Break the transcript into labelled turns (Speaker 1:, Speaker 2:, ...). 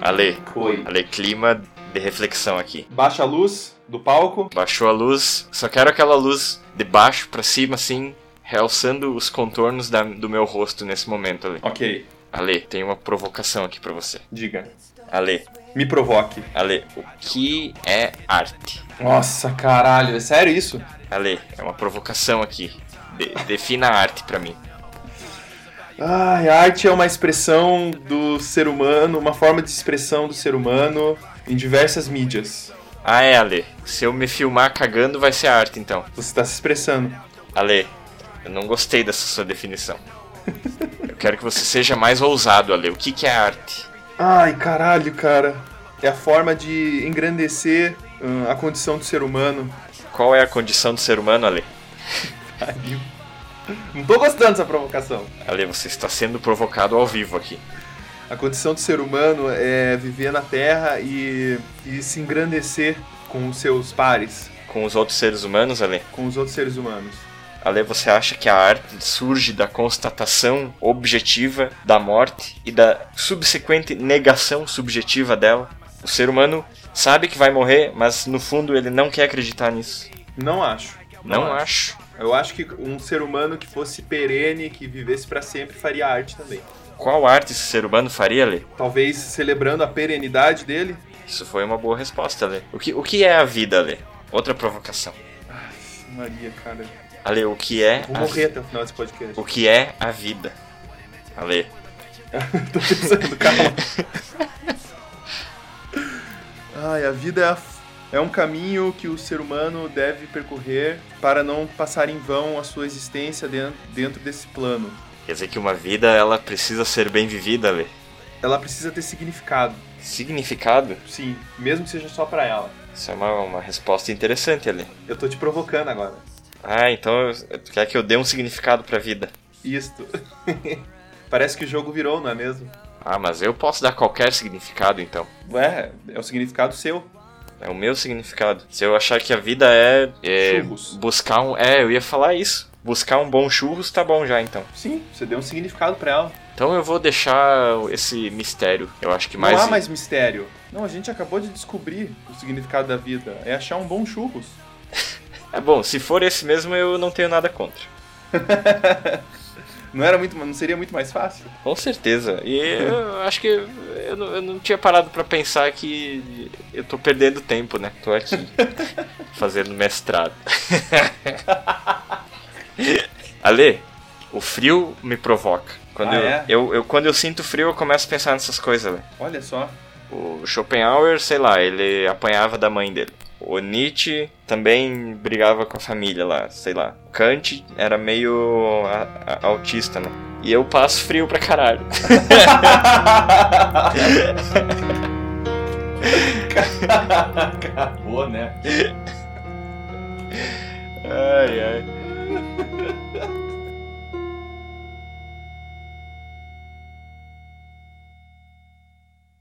Speaker 1: Ale,
Speaker 2: Oi.
Speaker 1: Ale, clima de reflexão aqui.
Speaker 2: Baixa a luz do palco.
Speaker 1: Baixou a luz, só quero aquela luz de baixo pra cima, assim, realçando os contornos da- do meu rosto nesse momento, Ale.
Speaker 2: Ok,
Speaker 1: Ale, tem uma provocação aqui pra você.
Speaker 2: diga.
Speaker 1: Ale,
Speaker 2: Me provoque.
Speaker 1: Ale, o que é arte?
Speaker 2: Nossa, caralho, é sério isso?
Speaker 1: Ale, é uma provocação aqui. De- defina a arte pra mim.
Speaker 2: Ai, arte é uma expressão do ser humano, uma forma de expressão do ser humano em diversas mídias.
Speaker 1: Ah, é, Ale. Se eu me filmar cagando, vai ser arte, então.
Speaker 2: Você está se expressando.
Speaker 1: Ale, eu não gostei dessa sua definição. Eu quero que você seja mais ousado, Ale. O que, que é arte?
Speaker 2: Ai, caralho, cara. É a forma de engrandecer hum, a condição do ser humano.
Speaker 1: Qual é a condição do ser humano, Ale?
Speaker 2: Caralho. Não tô gostando dessa provocação.
Speaker 1: Ale, você está sendo provocado ao vivo aqui.
Speaker 2: A condição do ser humano é viver na Terra e, e se engrandecer com os seus pares,
Speaker 1: Com os outros seres humanos, Ale?
Speaker 2: com os outros seres humanos.
Speaker 1: Ale, você acha que a arte surge da constatação objetiva da morte e da subsequente negação subjetiva dela? O ser humano sabe que vai morrer, mas no fundo ele não quer acreditar nisso.
Speaker 2: Não acho.
Speaker 1: Não, acho.
Speaker 2: Eu acho que um ser humano que fosse perene, que vivesse pra sempre, faria arte também.
Speaker 1: Qual arte esse ser humano faria, Ale?
Speaker 2: Talvez celebrando a perenidade dele.
Speaker 1: Isso foi uma boa resposta, Ale. O que, o que é a vida, Ale? Outra provocação.
Speaker 2: Maria, cara.
Speaker 1: Ale, o que é
Speaker 2: Vou
Speaker 1: a
Speaker 2: morrer
Speaker 1: vi-
Speaker 2: até o final desse podcast.
Speaker 1: O que é a vida? Ale,
Speaker 2: Tô pensando, calma. Ai, a vida é, a f- é um caminho que o ser humano deve percorrer para não passar em vão a sua existência den- dentro desse plano.
Speaker 1: quer dizer que uma vida ela precisa ser bem vivida, Ale?
Speaker 2: Ela precisa ter significado,
Speaker 1: Significado?
Speaker 2: sim, mesmo que seja só pra ela.
Speaker 1: Isso é uma, uma resposta interessante, Ale.
Speaker 2: Eu tô te provocando agora.
Speaker 1: Ah, então eu- tu quer que eu dê um significado pra vida?
Speaker 2: Isto. Parece que o jogo virou, não é mesmo?
Speaker 1: Ah, mas eu posso dar qualquer significado então.
Speaker 2: Ué, é o significado seu.
Speaker 1: É o meu significado. Se eu achar que a vida é, é
Speaker 2: Churros.
Speaker 1: buscar um, é, eu ia falar isso. Buscar um bom churros tá bom já então.
Speaker 2: Sim, você deu um significado pra ela.
Speaker 1: Então eu vou deixar esse mistério. Eu acho que mais
Speaker 2: Não há mais mistério. Não, a gente acabou de descobrir o significado da vida. É achar um bom churros.
Speaker 1: É bom, se for esse mesmo eu não tenho nada contra.
Speaker 2: Não era muito, não seria muito mais fácil?
Speaker 1: Com certeza. E eu acho que eu não, eu não tinha parado pra pensar que eu tô perdendo tempo, né? Tô aqui fazendo mestrado. Ale, o frio me provoca. Quando,
Speaker 2: Ah,
Speaker 1: eu,
Speaker 2: é?
Speaker 1: eu, eu- quando eu sinto frio, eu começo a pensar nessas coisas. né?
Speaker 2: Olha só.
Speaker 1: O Schopenhauer, sei lá, ele apanhava da mãe dele. O Nietzsche também brigava com a família lá, sei lá. Kant era meio a- a- autista, né? E eu passo frio pra caralho.
Speaker 2: Acabou, né?
Speaker 1: Ai, ai.